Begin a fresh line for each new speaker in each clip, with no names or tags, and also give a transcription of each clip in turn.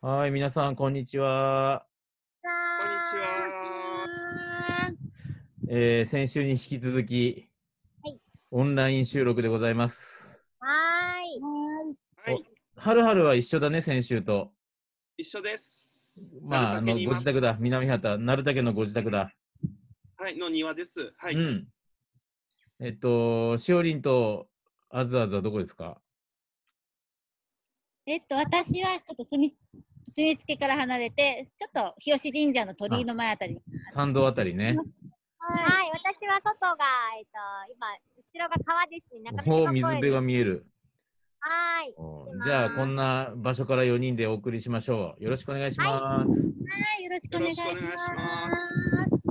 はい、皆さん、こんにちは。
こんにちは。
えー先週に引き続き、
はい
オンライン収録でございます。
はーい。
はいはるはるは一緒だね、先週と。
一緒です。
まあ、あ
鳴
の
滝にい
ご
ま
自
す
宅だ、南畑、鳴滝のご自宅だ。
はい、の庭です。はい。
うん。えっと、しおりんとあずあずはどこですか
えっと、私はちょっと住み住みつけから離れて、ちょっと日吉神社の鳥居の前あたりに、
参道あたりね。
はい、私は外が、えっと、今、後ろが川ですね。中目
お
黒
お、水
公園
辺が見える。
はーい。
お
行って
じゃあ、
ます
こんな場所から4人でお送りしましょう。よろしくお願いします。
はい、よろしくお願いします
よろしくお願いし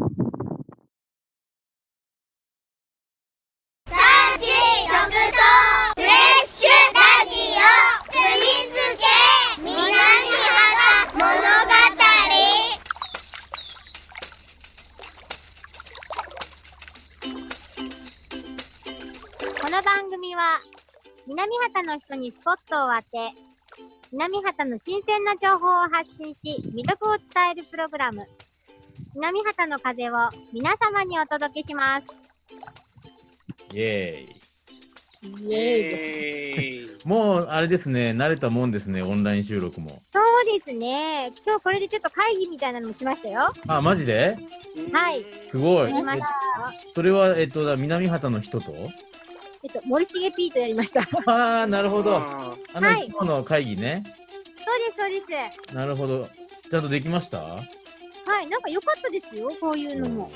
三振食堂フレッシュラジオ積み付け南畑物語
この番組は、南畑の人にスポットを当て、南畑の新鮮な情報を発信し、魅力を伝えるプログラム、南畑の風を皆様にお届けします。
イエーイ。
イ
イ
エーイです
エーイ。
もう、あれですね、慣れたもんですね、オンライン収録も。
そうですね。今日これでちょっと会議みたいなのもしましたよ。
あ、マジで
はい
すごい。
やりま
え
した
それは、えっと、だ南畑の人と
えっと、森重ピーとやりました。そう
ああ、なるほど。あ
あ
の、
はい
今日の会議ね。
です、そうです。
なるほど。ちゃんとできました
はい、なんか良かったですよ、こういうのも。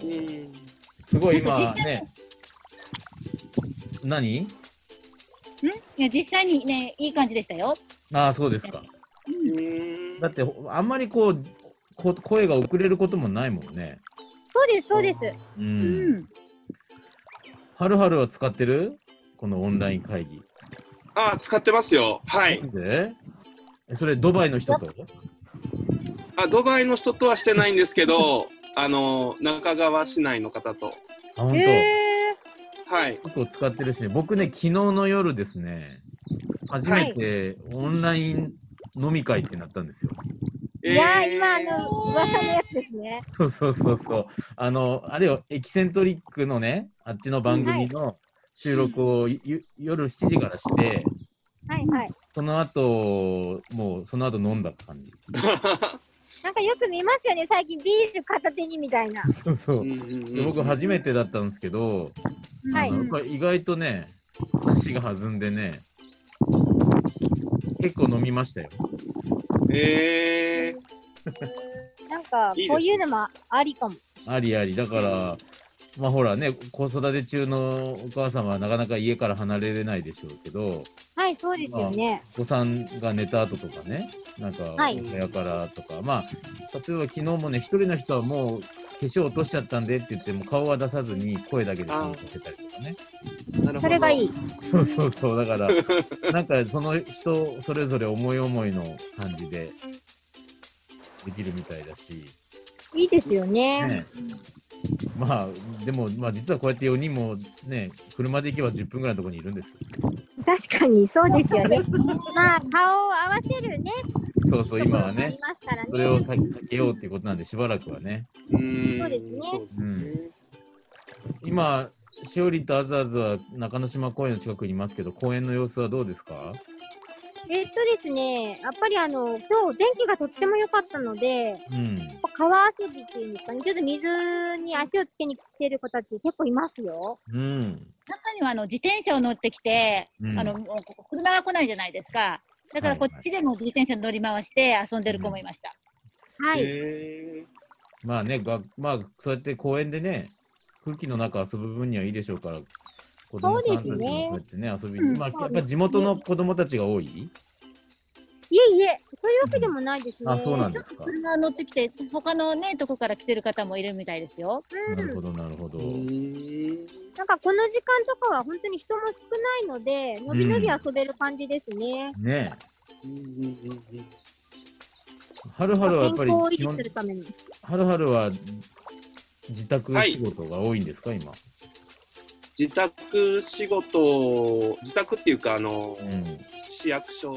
ー
すごい、今、ね。何
いや実際にね、いい感じでしたよ。
ああ、そうですか。
うんうん
だって、ほあんまりこう、こ声が遅れることもないもんね。
そうです、そうです。
う。
うんん。
はるはるは使ってるこのオンライン会議。
あ、使ってますよ。はい。
でえそれ、ドバイの人と
あ、ドバイの人とはしてないんですけど、 あの中川市内の方と、
あ、本当。
へー。
はい。
結構使ってるしね、僕ね、昨日の夜ですね、初めてオンライン飲み会ってなったんですよ。
えー
いやー、今、あの、噂のやつですね。
そうそうそうそう。あの、あれよ、エキセントリックのね、あっちの番組の収録をゆ、夜7時からして、
はいはい。
その後、もうその後飲んだ感じ。
なんかよく見ますよね、最近ビール片手にみたいな。
そうそうう。
ん うん
で
うん
僕初めてだったんですけど、
はい
なんか意外とね、話が弾んでね、結構飲みましたよ。
えー
なんか、
いいですね
こういうのもありかも。
ありあり。だから、まあほらね、子育て中のお母さんはなかなか家から離れれないでしょうけど、
はい、そうですよね。
お子さんが寝た後とかね、なんかお部
はい
屋からとか、まあ、例えば昨日もね、一人の人はもう化粧落としちゃったんでって言っても顔は出さずに声だけで声をかけたりとかね。
なるほど
それがいい。
そうそうそう、だから、なんかその人それぞれ思い思いの感じでできるみたいだし。
いいですよね。
ね、まあでも、まあ、実はこうやって4人もね車で行けば10分ぐらいのところにいるんです
確かに、そうです よね。まあ、顔を合わせるね、
そうそう今は
ところもあり
ね
ますから
それを
ね。
避避けようっていうことなんでしばらくはね
うん
そうですね
そうですね
今しおりんとあずあずは中之島公園の近くにいますけど公園の様子はどうですか
えっとですね、やっぱりあの、今日天気がとっても良かったので、
うん
川遊びっていうんですかね、ちょっと水に足をつけに来てる子たち結構いますよ。
うん、
中にはあの自転車を乗ってきて、
うん
あのもうここ車が来ないじゃないですか。だからこっちでも自転車乗り回して遊んでる子もいました。
はい。
え
まあねがまあそうやって公園でね空気の中遊ぶ分にはいいでしょうから子供さんたちもそうやってね遊びに、
うん
まあ
そう
やっ
です
ぱ
ね
地元の子供たちが多い、
いえいえ、そういうわけでもないですね。
あそうなんですか
車を乗ってきて、他のね、とこから来てる方もいるみたいですよ。
うん
なるほどなるほど、
ー
なんかこの時間とかは本当に人も少ないので、のびのび遊べる感じですね。
ねえ
うんうんうんうん
はるはるはや
健
っぱ
康
り
を維
基
持
本
するために。
はるはるは自宅仕事が多いんですか、今。
自宅仕事、自宅っていうか、あの、
うん。
市役所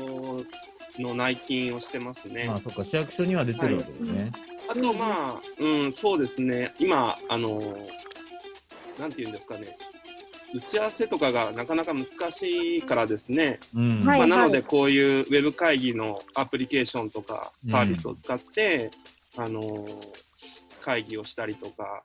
の内勤をしてますね。
まあ、そっか、市役所には出てるわけですね。
あとまあ、うん、そうですね、今、あの、なんていうんですかね、打ち合わせとかがなかなか難しいからですね、
うん。
はい
まあ、なのでこういうウェブ会議のアプリケーションとか
うん
サービスを使って、あの会議をしたりとか、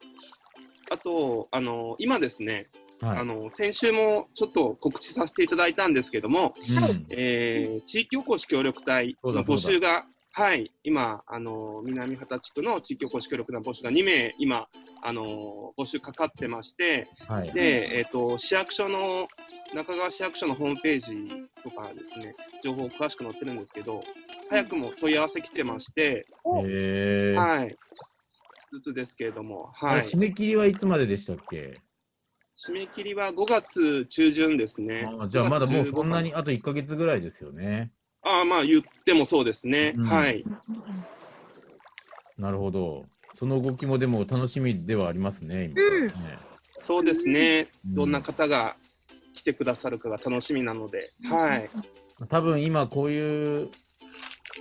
あと、あの今ですね、
はい。
あの先週もちょっと告知させていただいたんですけども、
うん
えー地域おこし協力隊の募集が、はい、今、あの南畑地区の地域おこし協力隊の募集が2名、今、あの募集かかってまして、
はい。
で、えっ、と、市役所の、中川市役所のホームページとかですね、情報詳しく載ってるんですけど、早くも問い合わせ来てまして、
えーあ
はい、ずつですけれども、は
れ
い、
締
締
め切りはいつまででしたっけ
め切りは5月中旬ですね。
あじゃあまだもう
5月
そんな
15日。
にあと1ヶ月ぐらいですよね。
ああ、まあ言ってもそうですね。
うん
はい。
なるほど。その動きもでも楽しみではありますね、今。
うん
ね
そうですね。
うん
どんな方が来てくださるかが楽しみなので、はい。
多分今こういう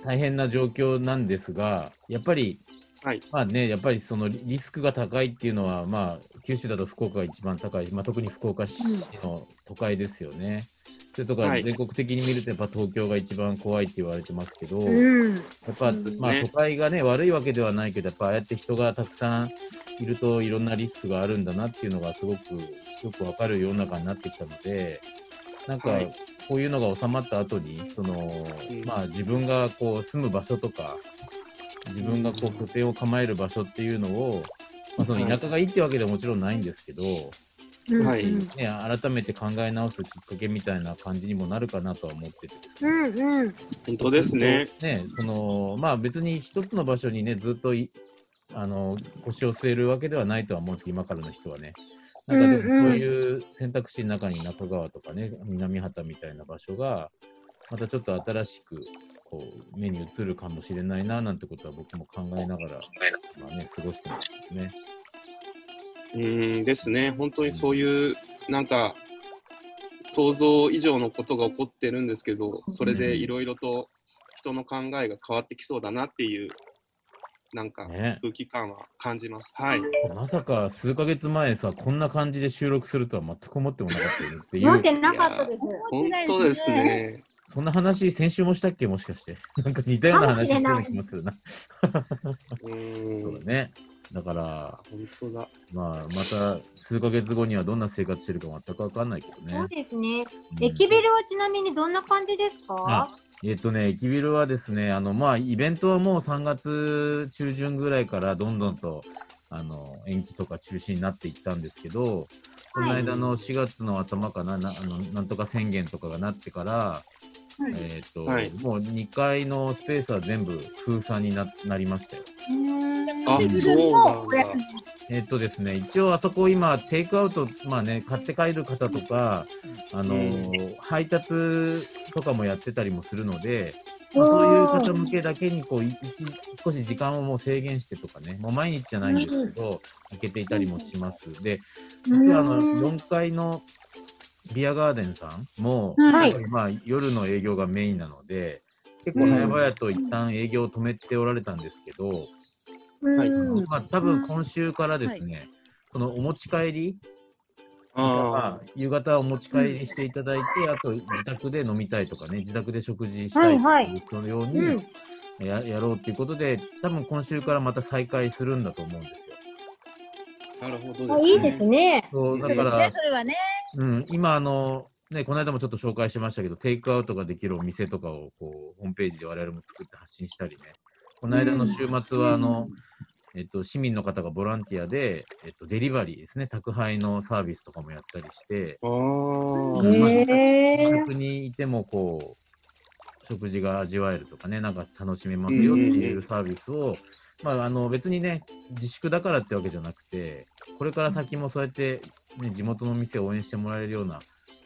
大変な状況なんですが、やっぱり、
はい
まあね、やっぱりそのリリスクが高いっていうのは、まあ、九州だと福岡が一番高い、まあ、特に福岡市の都会ですよね。それとか
はい
全国的に見るとやっぱ東京が一番怖いって言われてますけど、や
うん。
っぱ、
うん
まあ
ね
都会がね悪いわけではないけどやっぱああやって人がたくさんいるといろんなリスクがあるんだなっていうのがすごくよくわかる世の中になってきたのでなんか
はい
こういうのが収まった後にその、
ん
まあ自分がこう住む場所とか自分がこう拠点を構える場所っていうのを、まあ、その田舎がいいってわけではもちろんないんですけど、
うん。
はい
うん。
ね、改めて考え直すきっかけみたいな感じにもなるかなとは思ってて
うん。
本当ですね。
ね、そのまあ別に一つの場所にねずっといあの腰を据えるわけではないとは思うんですけど今からの人はね。なんかで
うんう
も
ん
そういう選択肢の中に中川とかね南畑みたいな場所がまたちょっと新しくこう目に映るかもしれないななんてことは僕も考えながら、まあね、過ごしてますね。
うんですね。本当にそういう、なんか、想像以上のことが起こってるんですけど、それでいろいろと人の考えが変わってきそうだなっていう、なんか
ね
空気感は感じます。はい。
まさか数ヶ月前さこんな感じで収録するとは全く思ってもなかったよねってい
持っ
う
てなかったです。
本当ですね。
そんな話先週もしたっけもしか してなんか似たような話してるような気もするな。
う
そうんだ。ね。だから、
本当だ。
まあ、また数ヶ月後にはどんな生活してるか全くわかんないけどね。
そうですね。
うん
駅ビルはちなみにどんな感じですか
あえっとね、駅ビルはですね、あの、まあ、イベントはもう3月中旬ぐらいからどんどんと、あの、延期とか中止になっていったんですけど、この間の4月の頭かな、なあのなんとか宣言とかがなってから、
はい
えっと、
はい
もう2階のスペースは全部封鎖にななりましたよ。
あ
自分もお休み
えっとですね、一応あそこ今、テイクアウト、まあね、買って帰る方とか、あのー配達とかもやってたりもするので、まあ
おー
そういう方向けだけにこういい少し時間をもう制限してとかね、もう毎日じゃないんですけど、開けていたりもします。で、実はあの
うん
4階のビアガーデンさんも、
はい
まあ、夜の営業がメインなので、結構早々と一旦営業を止めておられたんですけど、
はい
うん。
まあ、多分今週からですね、そのお持ち帰り、
あ
まあ、夕方お持ち帰りしていただいて、あと自宅で飲みたいとかね、自宅で食事したい
はい
というよう
う
に
ん。
や,、やろうということで、多分今週からまた再開するんだと思うんですよ。
あ、なるほど
あいいですね。
そう
そ
だ
う
か
です
ら
ね、、それはね。
うん、今あの、ね、この間もちょっと紹介しましたけど、テイクアウトができるお店とかをこうホームページで我々も作って発信したりね、この間の週末はあの、えっと、市民の方がボランティアで、えっと、デリバリーですね、宅配のサービスとかもやったりして、
ああ。
へ
自
え。
宅にいてもこう、食事が味わえるとかね、なんか楽しめますよっていうサービスを、まあ、あの別にね、自粛だからってわけじゃなくて、これから先もそうやって、ね、地元の店を応援してもらえるような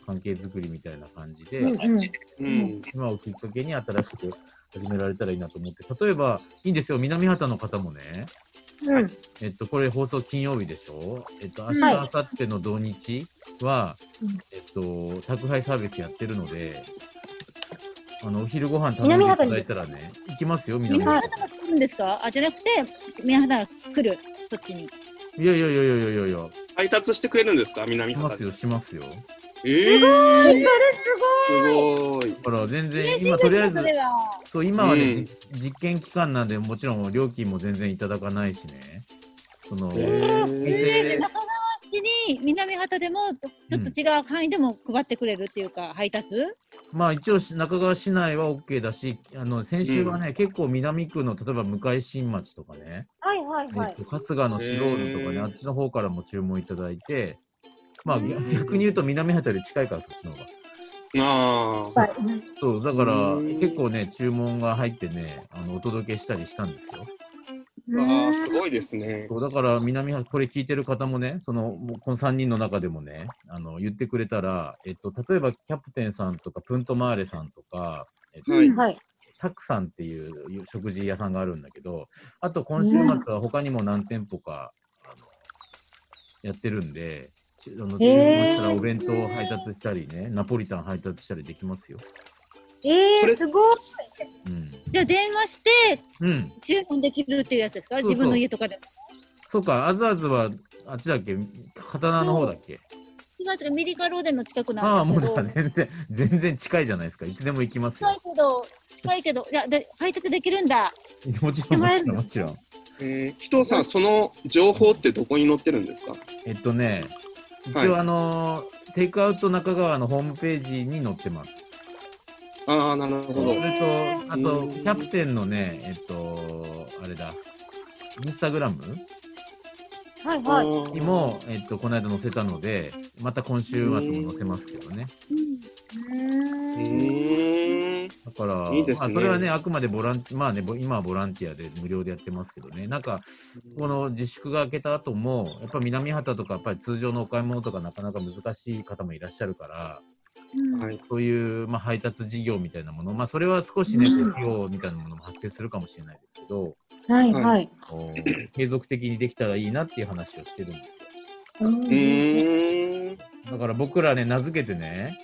関係づくりみたいな感じで、
うんうん。
うん。
今をきっかけに新しく始められたらいいなと思って、例えば、いいんですよ、南畑の方もね、
うん。
えっと、これ放送金曜日でしょえっと、明日、
はい
明後日の土日は
うん、
えっと、宅配サービスやってるので、あの、お昼ご飯食べていただいたらね、行きますよ、
南
南
畑
畑。
が来るんですかあ、じゃなくて、南畑が来る、そっちに。
いやいやいやいやいやいやいや、
配達してくれるんですか南
しま
畑
すよ、しますよ。
ええ
そ
ー、
れす
すごい
だから全然、
嬉
今
しい
と
で
りあえ
すね
ず
そ、れは。
そう、今はね、
うん
実験期間なんで、もちろん料金も全然いただかないしね。その、
え
え
ー、で
店、
中川市に南畑でもちょっと違う範囲でも配ってくれるっていうか配達、
まあ一応し中川市内は OK だし、あの、先週はね、結構南区の、例えば向新町とかね、
はいはいは
えっ
い。
と、春日のシローズとかね、
へー
あっちの方からも注文いただいて、まあ
うん
逆逆に言うと南畑より近いから、そっちの方が。
ー、ああ
はい、
そう、だから
うん
結構ね、注文が入ってね、あのお届けしたりしたんですよ。
あーすごいですね
そうだから南畑、これ聞いてる方もね、そのもうこの3人の中でもね、あの言ってくれたら、えっと、例えばキャプテンさんとか、プントマーレさんとか、えっと
はいう
はい。
タクさんっていう食事屋さんがあるんだけど、あと今週末は他にも何店舗か、あのやってるんで、ちあの注文したらお弁当を配達したりね、ナポリタン配達したりできますよ。
え
こ
ー、
れ
すごい。
じゃあ電話して
うん。うん。
注文できるっていうやつですか
そうそう
自分の家とかでも
そうか、あずあずは、あっちだっけ刀の方だっけ
違う違うミリカローデンの近く
あ
な
あ、
んで
も
す
う
け
だ
ど
から全然、全然近いじゃないですか。いつでも行きますよ
近い。けど近いけどいやで配達できる んだ
もちろん、もちろん、もちろん。
えー、紀藤さんその情報ってどこに載ってるんですか
えっとね、
はい
一応あのーテイクアウト中川のホームページに載ってます。
ああなるほ
そ
ど
れと、あと、
うん
キャプテンのね、えっと、あれだ、インスタグラム
はい
あ
はい。
ー
にも、えっと、この間載せたので、また今週末も載せますけどね。
うーん
だから、
いいです
まあ、
ね
それはね、あくまでボランティア、まあね、ぼ今はボランティアで無料でやってますけどね、なんか、この自粛が明けた後も、やっぱ南畑とか、やっぱり通常のお買い物とか、なかなか難しい方もいらっしゃるから、
はい
そういう、まあ、配達事業みたいなもの、まあ、それは少しね、費用みたいなものも発生するかもしれないですけど、
はい
はい
はい。
こう 継続的にできたらいいなっていう話をしてるんです
う
うんーん
よ。だから僕らね、名付けてね、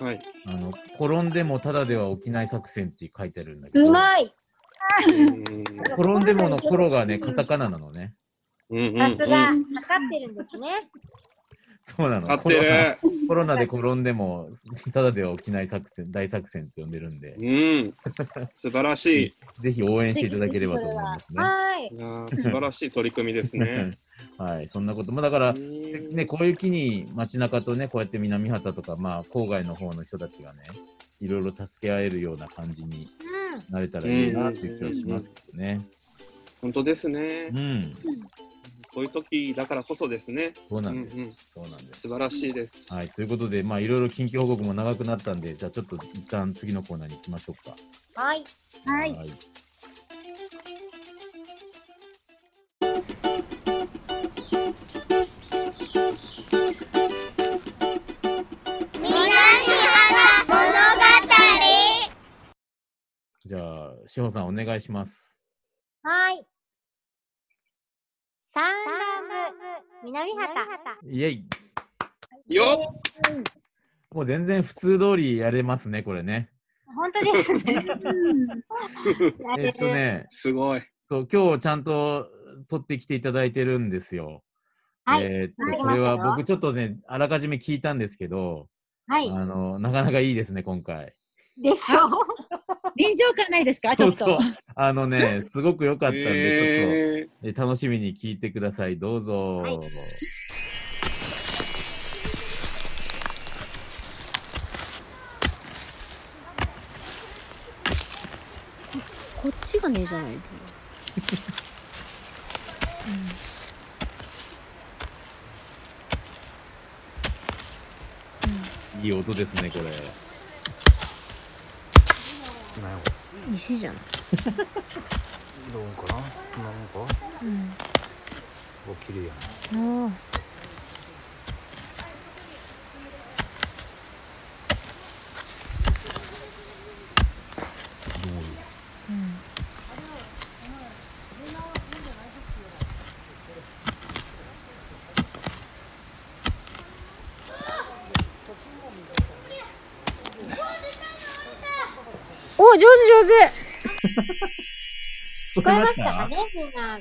はい
あの、転んでもただでは起きない作戦って書いてあるんだけど、
うまい。
う
転んでもの頃がね、カタカナなのね。
んうんうん
さすが、かかってるんですね。
そうなの。
合ってる
コロナで転んでも、ただでは起きない作戦、大作戦って呼んでるんで、
うん素晴らしい
ぜひ応援していただければと思いますね。
はい
い。やー素晴らしい取り組みですね
はい、そんなことも、だから、ね、こういう機に街中とね、こうやって南畑とか、まあ、郊外の方の人たちがね、いろいろ助け合えるような感じに
うん。
なれたらいいなっていう気はしますけどね。
本当ですね
うん、
こういう時だからこそですね
そうな
うんん
です。
うん
そうなんです。
素晴らしいです
はい、ということで、まあ、いろいろ緊急報告も長くなったんで、じゃあちょっと一旦次のコーナーに行きましょうか。
はい。
はい
はい
南原物語
じゃあ、志保さんお願いします。
はい。サンラム、南畑。
イェイ
よ
もう全然普通通りやれますね、これね。
本当ですね。や
え
れ
っと
る。
ね
っ、すごい
そう、今日ちゃんと取ってきていただいてるんですよ。
はい
えっ
わ
と、
かり
こ
ました
れ
よ
は僕ちょっとね、あらかじめ聞いたんですけど、
はい。
あの、なかなかいいですね、今回。
でしょう。
臨場感ないですかちょっと
そうそうあのね、すごく良かったんで、
え
ち
ー
ょっとえ楽しみに聞いてください。どうぞ。
はい
こっちがねじゃないの
いい音ですね、これ。
石じゃない
どうかなこんなもんか
うん
お綺麗やな
おー
どう
聞
聞こえましたかねみんな。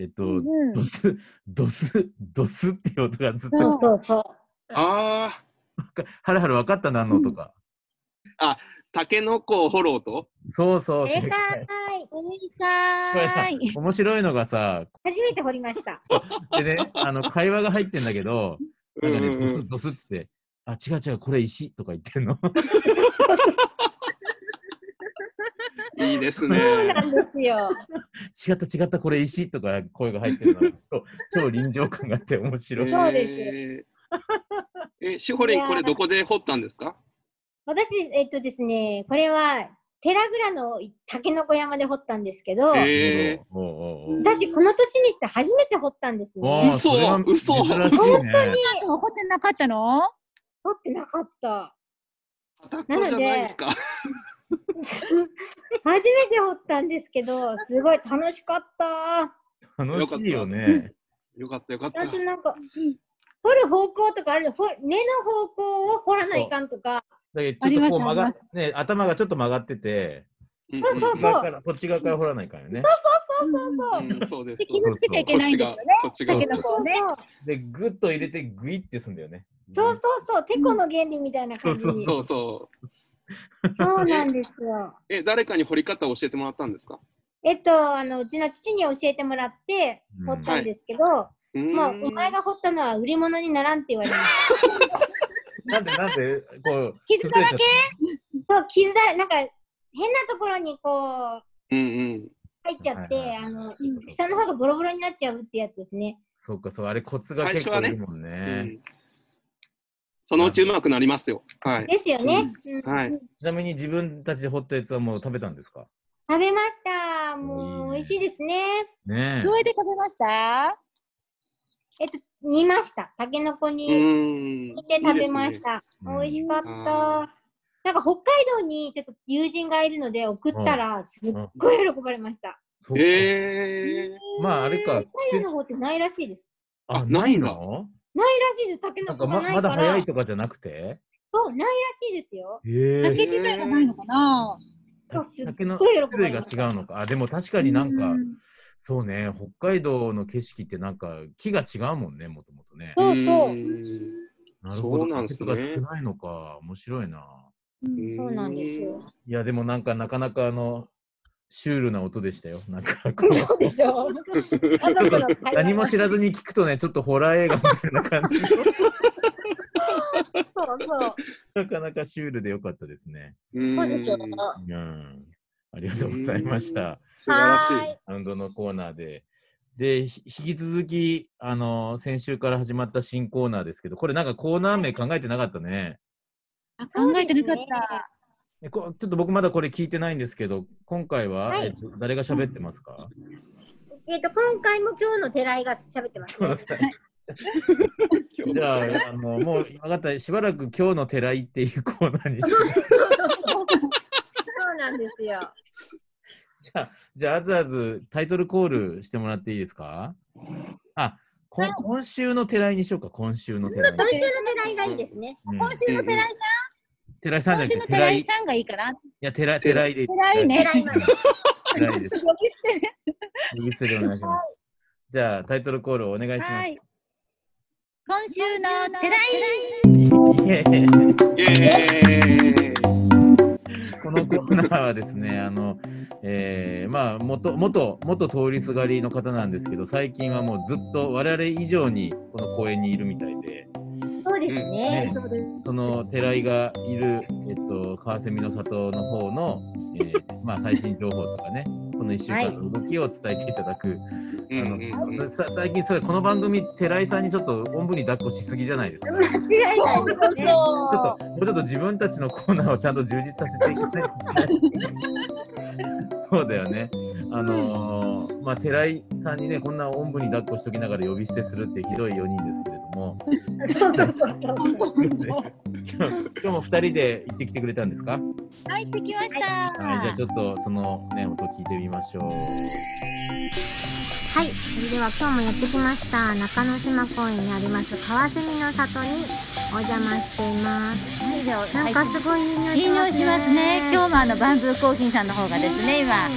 えっと、
うん
ドス、ドス、ドスっていう音がずっと、
そうそうそう。
ああ、
はるはる分かったな、あの音が。
タケノコを掘ろうと
そうそう。
正
正解
解。
これ
は
さ
ーい。
面白いのがさ、
初めて掘りました。
で ね、あの、会話が入ってんだけど、
う
なんんか
う
ね、
ん
ド
う
スドス
ん。
っつって、あ、違う違う、これ石とか言ってんの。
いいですね。
んですよ。
違った違った、これ石とか声が入ってるのが。超超臨場感があって面白い。
そうです
えー、え、シホレン、これどこで掘ったんですか
私、えっとですね、これは、テラグラの竹の子山で掘ったんですけど、
え
おうおうおう
私、この年にして初めて掘ったんですね。
わあ
嘘
それは
嘘
珍しいね。
怒ってなかったの
掘ってなかった。
ー、タコじゃないですか。
初めて掘ったんですけど、すごい楽しかった。
楽しいよね。
よかったよかっ
ちゃ
た
んと。なんか、掘る方向とかある掘根の方向を掘らないかんとか、
だけど、ちょっとこう曲
あ
が
り
ね、頭がちょっと曲がってて、
うん
そうそう
こっち
そう
側からこっち側から掘らないからね。
うんうんうんそうです。
で傷つけちゃいけ
こっ
ない
ち
んです
が
よね。、
こっちが
だけ。どこうね。
で、ぐっと入れて、ぐいってすんだよね。
そうそうそう、テコの原理みたいな感じに。
そうそう。
そうなんですよ。
え、誰かに掘り方を教えてもらったんですか
えっと、あの、うちの父に教えてもらって
うん
掘ったんですけど、
うーん
もう、お前が掘ったのは売り物にならんって言われまし
なんで、なんで、こう。
傷だら
崩れ
け
ち
た。そう、傷だら、なんか、変なところにこう、
うんうん。
入っちゃって、
はいはいはい
あの、下の方がボロボロになっちゃうってやつですね。
ゃったそうか、そう、あれ、コツが結構いるもん
う
ね。
んそのうちうまくなりますよ。はい。
ですよね。うん
はい。
ちなみに、自分たちで掘ったやつはもう食べたんですか
食べました。もう、
いいね
美味しいですね。
ね
どうやって食べました
煮ました。タケノコ
う
に
ーん。
煮て食べました。
うん
美味しかった。
あ
なんか北海道にちょっと友人がいるので送ったらすっごい喜ばれました。
そう
いいですね。えー。
まあ、あれか、
北海道の方ってないらしいです。
あないんだ
の
ないらしいです。タケ
な
ノ
んか
コが
ま
ない
まだ
から。
早いとかじゃなくて
そう、ないらしいですよ。
へ
竹
え
自体がないのかな
そうすっ
竹の
ごい喜ば
種
れ
類
ま
が
した。
違うのかあでも確かになんか
うん
そうね北海道の景色ってなんか木が違うもんねもともとね
そうそう
ーん
なるほど
そうなんすね
竹とか少ないのか面白いな
うんそうなんですよ。
いやでもなんかなかなかあのシュールな音でしたよなんかこう
そうでしょ。家族の会話
何も知らずに聞くとねちょっとホラー映画みたいな感じ
そうそう。
なかなかシュールでよかったですね
うん
そうですよ。
うんありがとうございました
素晴らしい。
は
ラウンドのコーナーで。で、ひ引き続き、あの先週から始まった新コーナーですけど、これなんかコーナー名考えてなかったね。
あ考えてなかった。
えこちょっと僕まだこれ聞いてないんですけど、今回は、
はい
えっと誰が喋ってますか、
えっ、と、今回も今日の寺井が喋ってます、ね。
じゃあ、あのもう分かった、しばらく今日の寺井っていうコーナーにし よう
そうなんですよ。
じゃあ、じゃあ、あずあずタイトルコールしてもらっていいですかあ、こん今週の寺井にしようか、今週の寺井。
今週の寺井がいいですね。
うん
今週の寺井さ
寺井さん
ん、
じ
今
ゃなく
週の
て、寺
寺
井。
井
い
さんがいいかな。
や、寺寺井で。
寺井ね。
寺井まで。
寺井です
呼。び捨て
右手でお願いします。じゃあタイトルコールをお願いします。
はい。今週の寺
イ
井
エーイ
イエーイ
このコーナーはですね、 あの、えー、まあ元元元通りすがりの方なんですけど、最近はもうずっと我々以上にこの公園にいるみたいで、
そうですね。
うんその寺井がいるえっと川蝉の里の方の、えー、まあ最新情報とかね。この1週間の動きを伝えていただく、
う
あの
んうんうん
さ最近それこの番組寺井さんにちょっとおんぶに抱っこしすぎじゃないですか
間違いないですね。
ちょっともうちょっと自分たちのコーナーをちゃんと充実させていかないといけない。そうだよね。あのーまあ寺井さんにねこんなおんぶに抱っこしときながら呼び捨てするってひどい4人ですけれども、
そうそうそうそう。
今日今日も2人で行ってきてくれたんですか？
入ってきました。
はい、じゃあちょっとそのね音聞いてみましょう。
はい、それでは今日もやってきました中之島公園にあります川蝉の里にお邪魔しています。はい、
では
なんかすごいいい匂い
いい匂いしますね。今
今
日もあのバンブーコーヒーさんの方がですね、今、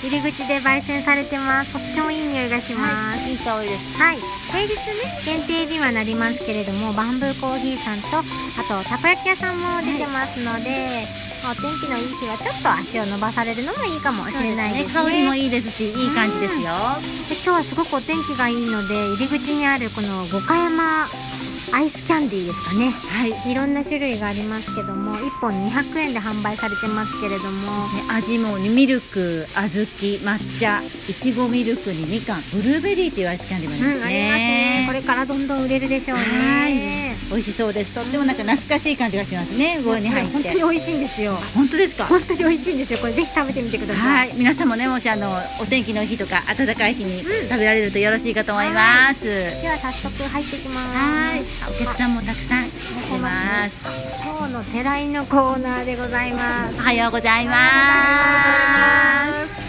日入り口で焙煎されてます。とってもいい匂いがします。
いい香りです。
はい、平日ね限定日はなりますけれどもバンブーコーヒーさんとあとたこ焼き屋さんも出てますので、まあお天気のいい日はちょっと足を伸ばされるのもいいかもしれないですね
香りもいいですし、いい感じですよ。
で今日はすごくお天気がいいので入り口にあるこの五箇山アイスキャンディーですかね
はい。ね
いろんな種類がありますけども1本200円で販売されてますけれども
味もミルク、小豆、抹茶、いちごミルクにみかん、ブルーベリーというアイスキャンディーもあり
うんあ
ま
りますすね
ね。
これからどんどん売れるでしょうね
美味しそうです。とってもなんか懐かしい感じがしますね。
こ
魚
れ
に入
本
っ
当に。
て
美味しいんですよ
本当ですか。
本当に美味しいんですよこれぜひ食べてみてください
はい、皆さんもね、もしあのお天気の日とか暖かい日に食べられるとよろしいかと思います。
では早速入ってきます。
はい、お客さんもたくさん来てます。
今日の寺井のコーナーでございます。
おはようございます。
あのー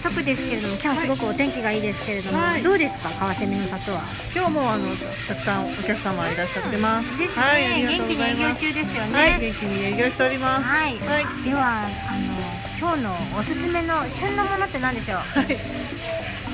早速ですけれども、今日はすごくお天気がいいですけれども、
はい
どうですか、川瀬の里は。
今日もあのたくさんお客様いらっしゃってます。
ですね、
はい、ありがと
元
う
気
ご
に営
ざい
業
ます。
中ですよ
は
ね。
い、元気に営業しております。
はい、
はい
では、あのー今日のおすすめの旬のものって何でしょう。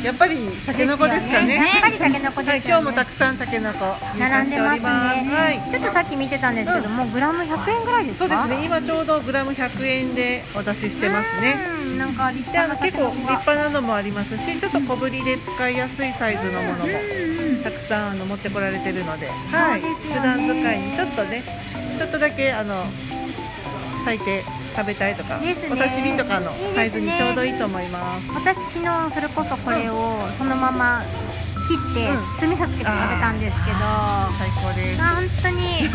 やっぱりタケノコですかね。
やっぱりタケノコ
は
で
い、
すよ
今日も
ね。
たくさんタケノコ
並んでますね、
はい。
ちょっとさっき見てたんですけども、グラム100円ぐらいですか
そうですね。今ちょうどグラム100円でお出ししてますね。
うんなんか立
で、あ
派
の
な
結
建
構
物
立
が
派なのもありますし、ちょっと小ぶりで使いやすいサイズのものもたくさんあの持ってこられてるので、はい。
そうですよね
普段使いにちょっとね、ちょっとだけあの炊いて食べたいとか、
ですね
お刺身とかの
いいですね
サイズにちょうどいいと思います。
私昨日それこそこれをそのまま切って
うん
酢味噌つけて食べたんですけど、あ
最高です。
本当に、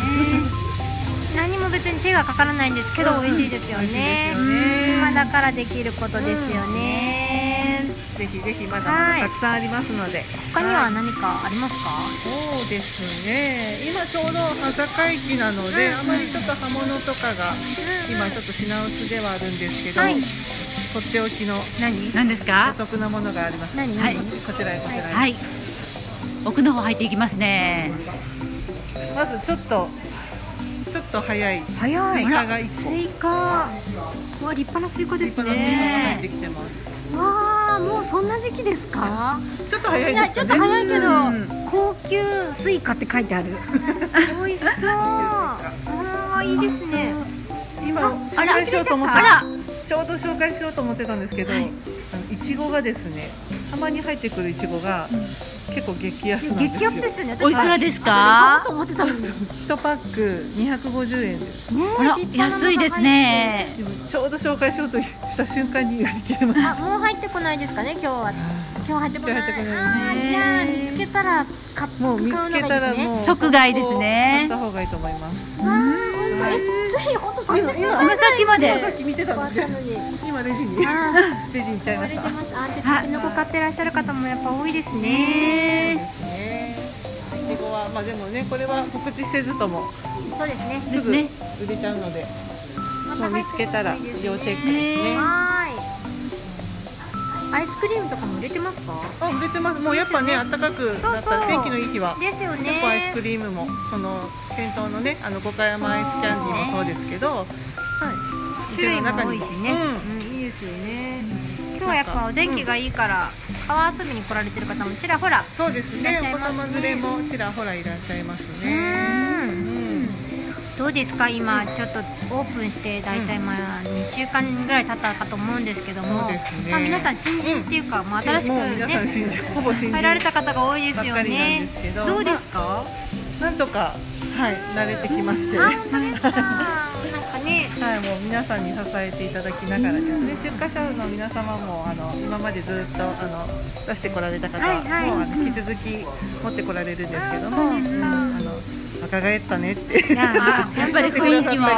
何も別に手がかからないんですけど、美味しいですよ
美味しいで
ね
すよね
今だからできることですよね、
ぜひぜひまだまだたくさんありますので。
他には何かありますか、
そうですね。今ちょうど葉境期なので、あまりちょっと葉物とかが今ちょっと品薄ではあるんですけど、
はい
とっておきの
何、何です
お
か。
得なものがあります。
何
はい、
何
こちらへこちらへ、
はい。奥の方入っていきますね。
まずちょっとちょっと早い
早
スイカが一個
スイカうわ立派なスイカで
立
す
派なスイカが入っ
ね
てきてます。
わあもうそんな時期ですか
ちょっと早い
い
で
や
す
ちょ
か
っ
ね。
と早いけど
うん
高級スイカって書いてある美味しそうあーいいですね
今紹介しようと思って
あら
ちょうど紹介しようと思ってたんですけど、あのいちごがですねたまに入ってくるいちごが、結構激安なんです
激
よ
安ですよね私
おいくらです
後
か
で買おうと思ってたのにね
1パック250円です
あら
立、派なのが
安いですね。
でもちょうど紹介しようとした瞬間に売り切れまし
あもう入ってこないですかね今日は今日入ってこない
今日入ってこ
あ
ない
ーじゃあ見つけたら買って
たもう見
買
つ
うの
け
が
た
いいで
ら
すね
もう
即買いですね
買った方がいいと思います
あー本当えつい本当30分
今さっきま
今さ
で。
っき見てたんですけ
のに
ど今レジにレ
あー
ジに行っちゃい
言われ
ましてた
ますあーでタケノコ買ってらっしゃる方もやっぱ多いですね
ねいちごはまあでもねこれは告知せずとも
そうですね
すぐ
ね
売れちゃうので
ま
も
た
う
入
見
って
つ
こ
けた
な
ら
いですね
要チェックですね
はーい。アイスクリームとかも売れてますか？
あ売れてますもうやっぱね暖かくなった
そうそう
ら天気のいい日は
ですよ
結構アイスク
ね。
リームもこの店頭のねあの五箇山アイスキャンディーもそうですけど、はい、
種類も多いしね。
うん
うん、いいですよね。今日はやっぱお天気がいいから、川遊びに来られてる方もちらほら。
そうです
いら
ね
っしゃい
お子
ますね
様連れもちらほらいらっしゃいます
う
ね、
ー。
うんん、
どうですか今ちょっとオープンしてだいたいまあ2週間ぐらい経ったかと思うんですけども、
そうですね
まあ皆さん新人っていうか、まあ新しく
もう皆さん
ね
信者ほぼ信 者
入られた方が多いですよ
ばっかりなん
ね
ですけ。ど
どうですか？
なんとかはい慣れてきまして、
あ、
はい
本当ですか。なんかね。
もう皆さんに支えていただきながらですね出荷者の皆様もあの今までずっとあの出してこられた方
はいはい
もうあの引き続き持ってこられるんですけど
あ
も、
そうですか
あの若返ったねって
いや
やっぱり雰囲気も、
は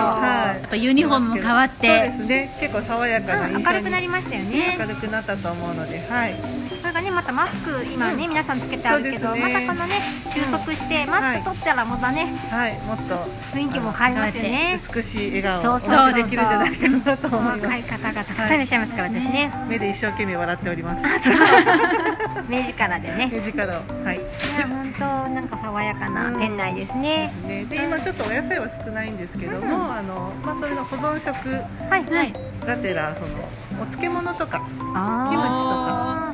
い
やっぱユニフォームも変わっ
そう
て
で。すね結構爽やかな印象に
明るくなりましたよ
明
ね。
るくなったと思うのではい
これがねまたマスク今ね、皆さんつけてあるけど、
そうで
ます
ね
たこのね収束して、マスク取ったらまたね
はいもっと
雰囲気も変わりますよね。
美しい笑顔
そう
をお
そう
そう
見せできるんじゃないかなと思います
若い方がたくさんいらっしゃいますからですね。
目で一生懸命笑っております
目力でね。
目力をはい
いや本
んとなんか爽やかな店内ですね。
ね、で今ちょっとお野菜は少ないんですけども、あのまあ、それの保存食
はいはい。
がてらそのお漬物とかキムチと
あ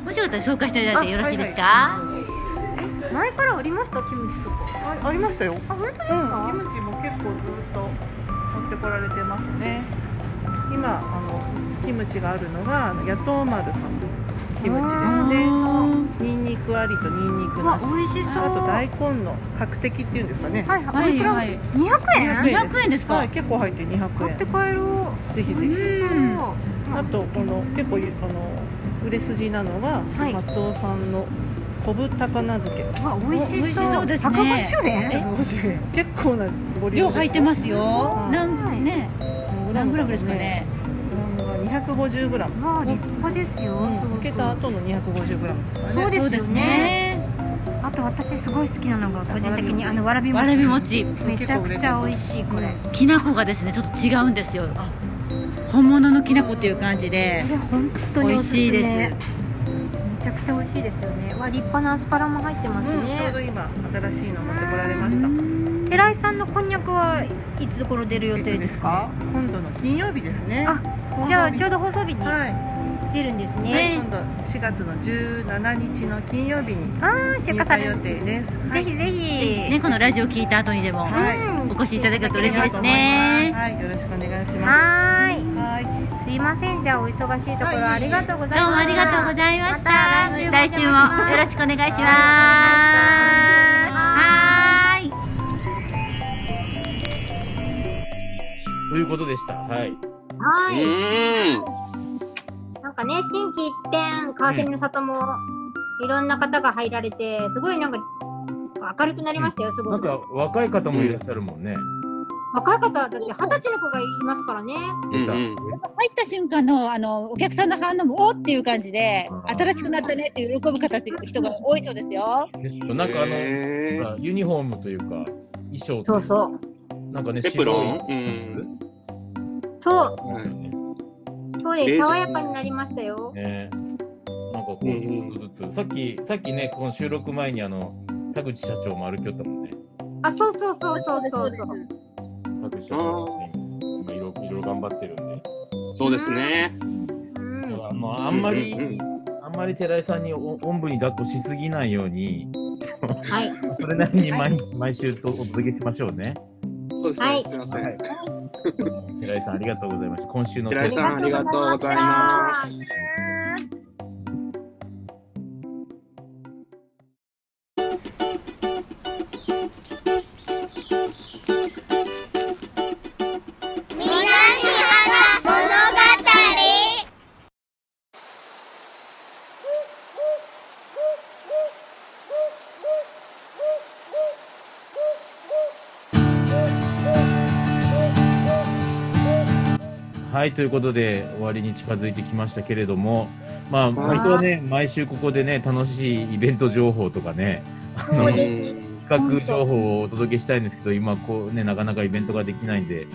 か
もしよかったら紹介していただいてよろしいですか、
あ。前からありましたキムチとか。
あありましたよ、うん、
あ本当です
キ
か。
ムチも結構ずっと持ってこられてますね今あのキムチがあるのがあのヤトウマルさんのキムチですねニンニクありとニンニク
う
な
わ
し
美味しそう。
あと大根の角的っていうんですかね
はいはい。おいくら？
い、
二百円？
200円
200円ですか、
はい、結構入って200
買って
円
帰ろ
ぜひ
う。
ぜ
美味
ひ
しそう
うん。
あとこの結構ゆあの売れ筋なのが、
はい
松尾さんの昆布高菜漬け
うわ美味しそう。
美味しそうですね
高五十円？
150円結構なボリューム
量入ってますよ。
はい
なんね、何グラムですかね。
グラムが 250g
うわあ立派ですよ。すご
つ
く
けた後の 250g ですからね
そうですよね。
ね。
あと私すごい好きなのが個人的にあのわらび
わらび
餅。
餅、
めちゃくちゃ美味しいこれ。こ
きな粉がですね、ちょっと違うんですよ。本物のきな粉っていう感じで。
れ本当に
美
お
味
すす
しい
め
で。す。
めちゃくちゃ美味しいですよね。わ立派なアスパラも入ってます
うんちょう
ね。
ど今新しいの持ってこられました
寺井さんのこんにゃくはいつ頃出る予定ですか？
今度の金曜日ですね
あじゃあちょう
ど
ど放送日に
はい、は
出るんです
い
ね。
今度4月の17日の金曜日に
あー出
入
荷さ
荷
れ
予
る。
定です、は
ぜ
い
ひぜひ。
ね、このラジオ聞いた後にでも、
はい
うん
お越しいただけると嬉しいですね。
はい、よろしくお願いしま
はーい。
すはい
すいませんじゃあお忙しいところありがとうございま
ど
す。
うもありがとうございました。
また来
来
週
週
も
も
お
よ
邪魔します
ろしくお願いします。
は
はーい。
ということでした。はい。
は
う
い。
ーん
なんかね、新規一点、川蝉の里も、いろんな方が入られて、すごいなんか、明るくなりましたよ、す
な
ご
ん
く。
か若い方もいらっしゃるもんね。
若い方、だって二十歳の子がいますからね。
うんうん
入った瞬間のあのお客さんの反応もおっていう感じで
うん
新しくなったねって喜ぶ形人が多いそうですよ。
なんかあの、
へー
ほらユニフォームというか衣装
そうそう。
う。なんかね、
エプロン
白いシャツ
そう、
はい
そうで
え
す。
ー
爽やかになりましたよ。
ね。なんかこうちょっとずつ、さっきさっきねこの収録前にあの田口社長も歩きよったもんね。
あ、そうそうそうそうそうそう。
田口社長もね今いろいろ頑張ってるんで。
そうですね。
うん。
あのあんまり、
うんうん
あんまり寺井さんにおおんぶに抱っこしすぎないように、
はい。
それなりに毎,、毎週とお届けしましょうね。
そうです
はい
ね。すみません。
寺井さんありがとうございました。今週の
寺井さんありがとうござい
あ
ま
り
す。
南原物語
はいということで終わりに近づいてきましたけれども、まあ
はい
本当はね毎週ここでね楽しいイベント情報とかね
そううんです。
企画情報をお届けしたいんですけど今こうねなかなかイベントができないんで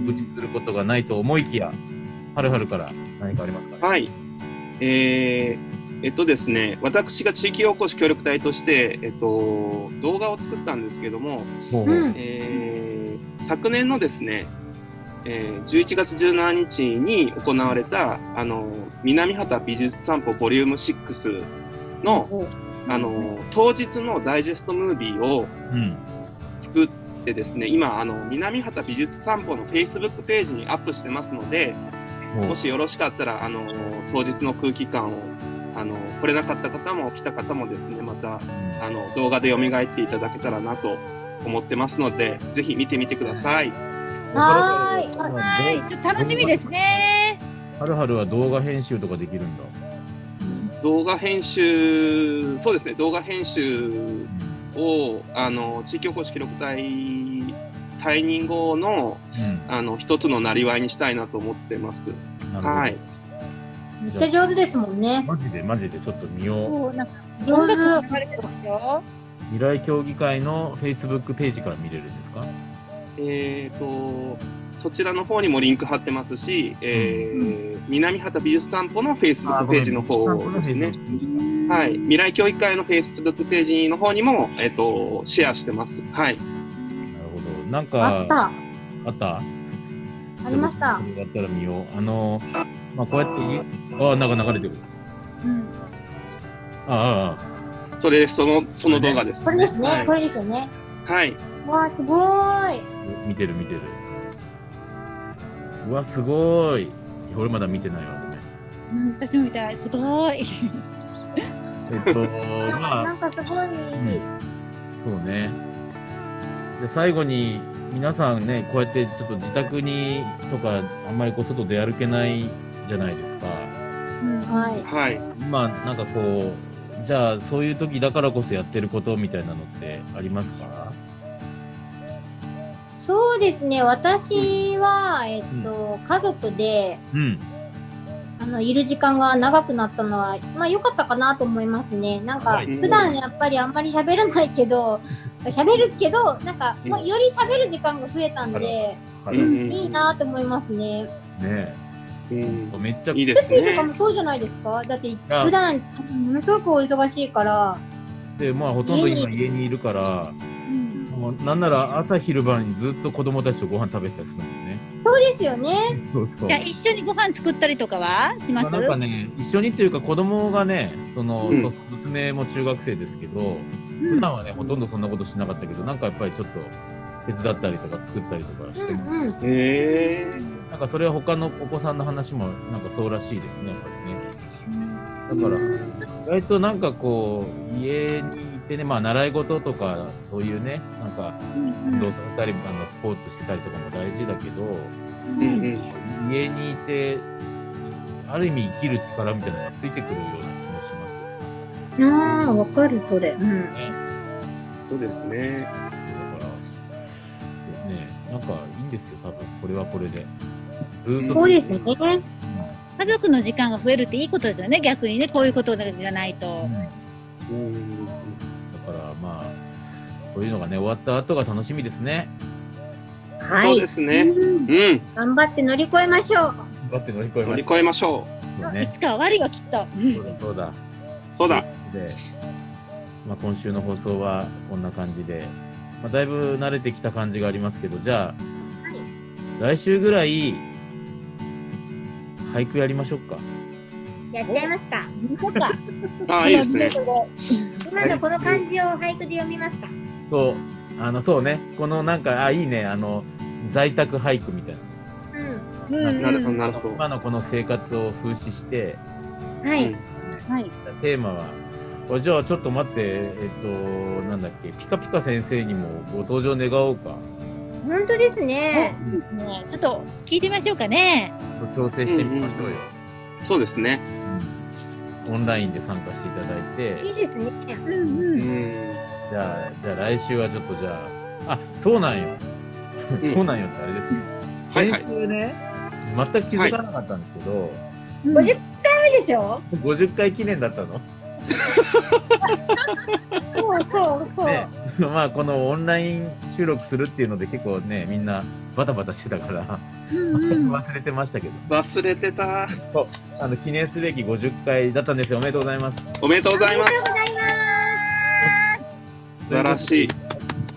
告知することがないと思いきやはるはるから何かありますかね。
はい。えーえっとですね、私が地域おこし協力隊として、えっと、動画を作ったんですけども、
もう、
うん。
えー昨年のですね、えー11月17日に行われたあの南畑美術散歩ボリューム6のあの当日のダイジェストムービーを
うん
作ってですね今あの南畑美術散歩の Facebook ページにアップしてますので
もう
もしよろしかったらあの当日の空気感をあの来れなかった方も来た方もですねまたあの動画で蘇っていただけたらなと思ってますのでぜひ見てみてください。
はーい
はい、ちょっと楽しみですね。
はるはるは動画編集とかできるんだ。
動画編集そうですね動画編集をあの地域おこし記録隊退任後の
うん
あの一つのなりわいにしたいなと思ってます。
なるほど
はい。
めっちゃ上手ですもんね。
マジでマジでちょっと見よう。
こうなんか
上手。
流れてますよ。
未来協議会の Facebook ページから見れるんですか
えっ、とそちらの方にもリンク貼ってますし、えー南畑美術散歩のフェイスブックページの方ですね。はい、未来教育会のフェイスブックページの方にも、えっと、シェアしてます。は
なる
い。
ほど。なん
あ
か
っ、た
あった
ありました
それだったら見よう。あの、まあ、こうやってい、ああ、なんか流れてる。ああ、あ
それですその、その動画です。
これですね、
はい
これですよね
はい。
わあすごー
あ、
い
見てる見てる。うわ、すごい。俺まだ見てないわ、ごめん。
うん、私も見たい。すごい。
え っと、
なんかな
まあ、
んかすごい、
んそうね。で最後に皆さんね、こうやってちょっと自宅にとか、あんまりこう外出歩けないじゃないですか。
はい
はい。
まあ、なんかこう、じゃあそういう時だからこそやってることみたいなのってありますか
そうですね私は、えっと、家族で
うん。
あのいる時間が長くなったのはまあ良かったかなと思いますねなんか
はい
普段やっぱりあんまり喋らないけど喋るけどなんかもうより喋る時間が増えたんで
はい
うん
ね
うん
いいなと思いますね
え
うん
めっちゃ、
いいです
テレビとか
ね。
もそうじゃないですかだって
あ
普段ものすごくお忙しいから
で、まあほとんど今
家
家にいるから、もうなんなら朝昼晩にずっと子供たちとご飯食べてたりするんですね。
そうですよね
そうそう
じゃあ。一緒にご飯作ったりとかはしま
ますあ、なんかね、一緒にっていうか子供がね、その、
うん
そ娘も中学生ですけど、普段はね、ほとんどそんなことしなかったけど、なんかやっぱりちょっと手伝ったりとか作ったりとかして、
うんうん
え
なんかそれは他のお子さんの話もなんかそうらしいですね、やっぱりね。だから、意外となんかこう、家にいてね、まあ、習い事とか、そういうね、なんか、運動されたり、あのスポーツしてたりとかも大事だけど、
ー。うんうん。
家にいて、ある意味生きる力みたいなのがついてくるような気もしますよね。
ああ、わかる、それ。うん。
そうですね。
だから、ね、なんかいいんですよ、多分、これはこれで。ずっと。
そうですね
家族の時間が増えるっていいことですよね。逆にね、こういうことじゃないと
う。ん
うん。
だからまあこういうのがね終わった後が楽しみですね。
は
そうで
い
すね。うん。
頑張って乗り越えましょう
頑張って乗り越え
乗
ま
り
し
越えましょ
た
い
ね。
つか終わるよ、きっと。
そうだそうだ。
う。そうだ。
で、まあ、今週の放送はこんな感じで、まあ、だいぶ慣れてきた感じがありますけどじゃあ、来週ぐらい俳句やりましょうか。
やっちゃいますか。
そ っか。
ああ、いいですね。
今のこの漢字を俳句で読みますか。
そうあのそうねこのなんかあいいねあの在宅俳句みたいな。
うん。
うん
なるほど、なるほど。
今のこの生活を風刺して。
はい。
はい。
テーマは、あじゃあちょっと待って、えっと、なんだっけ、ピカピカ先生にもご登場願おうか、
本当ですね。
ねちょっと聞いてみましょうかね。
調整してみましょうよ。
そうですね。
うんオンラインで参加していただい
いい
て、
ですね。
う
うん
ん。
じゃあ、じゃあ来週はちょっとじゃあ、あ、そうなんよ。
うん
そうなんよってあれですね。
はいはい
先週ね、全く気づかなかったんですけど、
うん。
50回目でし ょ。
50回記念だったの。
そうそうそう。
ね、 まあこのオンライン収録するっていうので結構ね、みんなバタバタしてたから、忘れてましたけど。
忘れてた。
あの記念すべき50回だったんですよ。おめでとうございます。
おめでとうございます。素晴らしい。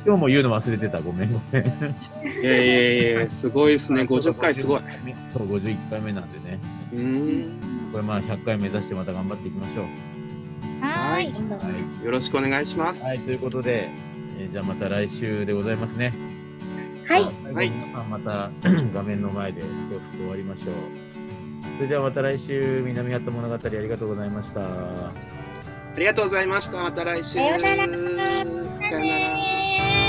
今日も言うの忘れてた。ごめんごめん。
いやいやいや、すごいですね。50回すごい。。
そう、51回目なんでね。
うーん。
これまあ100回目指してまた頑張っていきましょう。
はーい。
は
よろしくお願いします。
い。はい、ということで、えーじゃあまた来週でございますね。
はい。
最後に皆さんまた 画面の前で手を振って終わりましょう。それではまた来週、南八田物語ありがとうございました。
ありがとうございました。また来週。
さようなら
さようなら
ねー